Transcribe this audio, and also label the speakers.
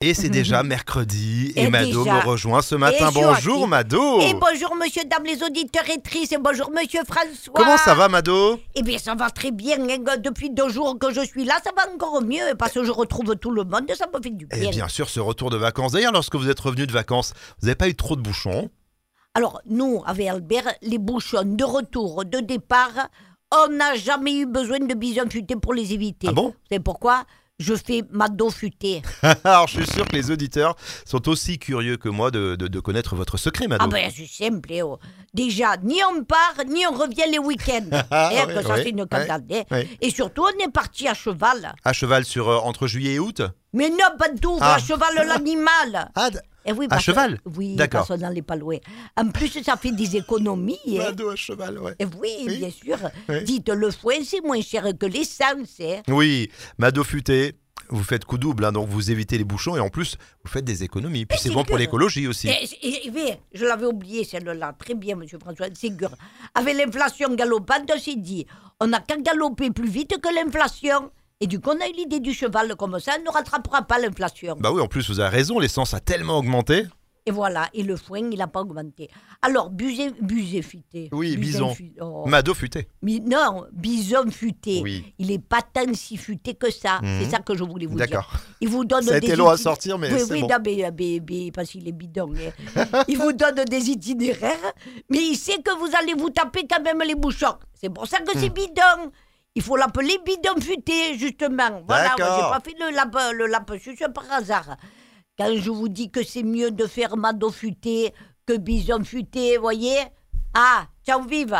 Speaker 1: Et c'est déjà mercredi et,
Speaker 2: Et
Speaker 1: Mado
Speaker 2: déjà.
Speaker 1: me rejoint ce matin.
Speaker 2: Et
Speaker 1: bonjour
Speaker 2: Joachim.
Speaker 1: Mado.
Speaker 2: Et bonjour monsieur, dames les auditeurs et tristes, et bonjour monsieur François.
Speaker 1: Comment ça va Mado
Speaker 2: Eh bien ça va très bien, hein. depuis deux jours que je suis là, ça va encore mieux, hein, parce que je retrouve tout le monde, ça me fait du bien.
Speaker 1: Et Eh bien sûr ce retour de vacances. D'ailleurs lorsque vous êtes revenu de vacances, vous n'avez pas eu trop de bouchons.
Speaker 2: Alors nous, avec Albert, les bouchons de retour, de départ, on n'a jamais eu besoin de bison futé pour les éviter.
Speaker 1: Ah bon Ah
Speaker 2: C'est pourquoi je fais ma dos futée.
Speaker 1: Alors je suis sûr que les auditeurs sont aussi curieux que moi de, de- de connaître votre secret Mado.
Speaker 2: Ah ben c'est simple, eh oh. déjà, ni on part, ni on revient les week-ends.
Speaker 1: Ah,
Speaker 2: Eh,
Speaker 1: oui,
Speaker 2: que ça
Speaker 1: oui,
Speaker 2: c'est
Speaker 1: oui,
Speaker 2: une cantate, eh.
Speaker 1: oui.
Speaker 2: Et surtout, on est parti à cheval.
Speaker 1: À cheval sur euh, entre juillet et août.
Speaker 2: Mais non, pas tout,
Speaker 1: Ah.
Speaker 2: à cheval l'animal.
Speaker 1: Ah, d-
Speaker 2: Eh oui,
Speaker 1: À
Speaker 2: parce-
Speaker 1: cheval
Speaker 2: Oui,
Speaker 1: D'accord.
Speaker 2: parce qu'on n'allait pas loin. En plus, ça fait des économies. hein.
Speaker 1: Mado à cheval ouais.
Speaker 2: Eh oui,
Speaker 1: Bah, Oui.
Speaker 2: bien sûr.
Speaker 1: Oui.
Speaker 2: Dites, le foin, c'est moins cher que l'essence. hein.
Speaker 1: Oui Mado futé. Vous faites coup double, hein, donc vous évitez les bouchons et en plus vous faites des économies. Puis c'est
Speaker 2: c'est
Speaker 1: bon pour
Speaker 2: que-
Speaker 1: l'écologie aussi.
Speaker 2: Eh, eh, eh, oui, je l'avais oublié, celle-là. Très bien, monsieur François, c'est sûr. Avec l'inflation galopante, on s'est dit, on n'a qu'à galoper plus vite que l'inflation. Et du coup, on a eu l'idée du cheval comme ça, on ne rattrapera pas l'inflation.
Speaker 1: Bah oui, en plus vous avez raison, l'essence a tellement augmenté.
Speaker 2: Et voilà, et le foin, il n'a pas augmenté. Alors, busé, busé futé.
Speaker 1: Oui,
Speaker 2: Busin
Speaker 1: bison.
Speaker 2: fu- oh.
Speaker 1: Mado futé.
Speaker 2: Mais non, bison futé.
Speaker 1: Oui.
Speaker 2: Il est pas tant si futé que ça.
Speaker 1: Mhm.
Speaker 2: C'est ça que je voulais vous dire.
Speaker 1: D'accord.
Speaker 2: Il vous donne
Speaker 1: Ça a
Speaker 2: des
Speaker 1: été long à
Speaker 2: iti-
Speaker 1: sortir, mais
Speaker 2: oui,
Speaker 1: c'est
Speaker 2: oui,
Speaker 1: bon.
Speaker 2: non, mais, euh, mais- mais- parce qu'il est bidon. hein. il vous donne des itinéraires, mais il sait que vous allez vous taper quand même les bouchons. C'est pour ça que c'est
Speaker 1: Mhm.
Speaker 2: bidon. Il faut l'appeler bidon futé, justement. Voilà, moi, j'ai
Speaker 1: D'accord.
Speaker 2: pas fait le lap, euh, le lapsus par hasard. Quand je vous dis que c'est mieux de faire mado futé que bison futé, voyez Ah, ciao vive